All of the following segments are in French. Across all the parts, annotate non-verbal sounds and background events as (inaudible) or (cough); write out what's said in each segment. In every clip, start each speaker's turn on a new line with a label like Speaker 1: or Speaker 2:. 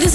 Speaker 1: this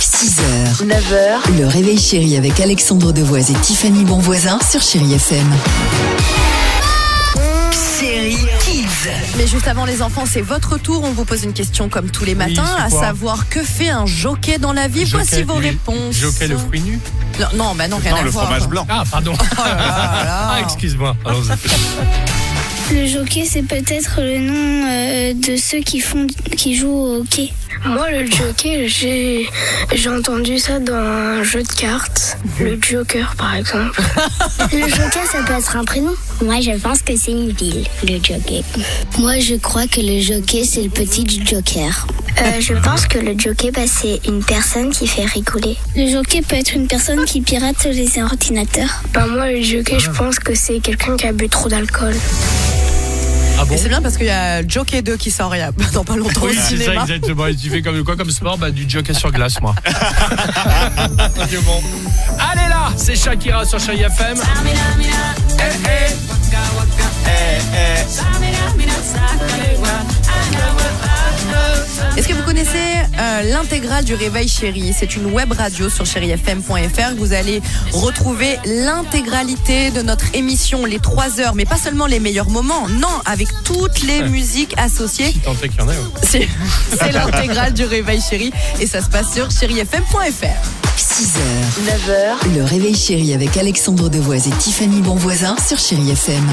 Speaker 2: 6h, 9h, le réveil chéri avec Alexandre Devoise et Tiffany Bonvoisin sur Chérie FM. Chérie Kids.
Speaker 3: Mais juste avant les enfants, c'est votre tour. On vous pose une question comme tous les matins,
Speaker 4: c'est
Speaker 3: à
Speaker 4: quoi
Speaker 3: savoir que fait un jockey dans la vie.
Speaker 4: Jockey,
Speaker 3: Voici vos
Speaker 4: oui.
Speaker 3: réponses.
Speaker 4: Jockey le fruit nu
Speaker 3: Non, non, bah non, Oh rien
Speaker 4: Non,
Speaker 3: à
Speaker 4: le
Speaker 3: voir.
Speaker 4: fromage blanc. Ah,
Speaker 3: (laughs)
Speaker 4: pardon. ah, excuse-moi. Allons-y.
Speaker 5: Le jockey, c'est peut-être le nom euh, de ceux qui font, qui jouent au hockey. Ah, Moi, le jockey, j'ai j'ai entendu ça dans un jeu de cartes, le Joker par (laughs) exemple. le joker, ça peut être un prénom. Moi, je pense que c'est une ville, le jockey. Moi, je crois que le jockey, c'est le petit joker. Euh, je pense que le jockey, bah, c'est une personne qui fait rigoler. Le jockey peut être une personne qui pirate les ordinateurs. Bah, moi, le jockey, je pense que c'est quelqu'un qui a bu trop d'alcool.
Speaker 4: Ah bon
Speaker 3: Et c'est bien parce qu'il y a Jockey 2 qui sort il y a- (laughs) dans pas longtemps au
Speaker 4: Oui, c'est ça,
Speaker 3: cinéma.
Speaker 4: exactement. Et tu fais comme quoi comme sport Bah, du jockey sur
Speaker 3: (laughs)
Speaker 4: glace, moi. Ok, bon. Allez là, c'est Shakira sur Chérie FM. Eh, eh.
Speaker 3: Est-ce que vous connaissez euh, l'intégrale du Réveil Chéri C'est une web radio sur chérifm.fr. Vous allez retrouver l'intégralité de notre émission, les 3 heures, mais pas seulement les meilleurs moments, non, avec toutes les musiques associées.
Speaker 4: Tant est qu'il y en a. ouais.
Speaker 3: C'est c'est l'intégrale du Réveil Chéri et ça se passe sur chérifm.fr.
Speaker 2: 6h, 9h, le réveil chéri avec Alexandre Devoise et Tiffany Bonvoisin sur Chérie FM.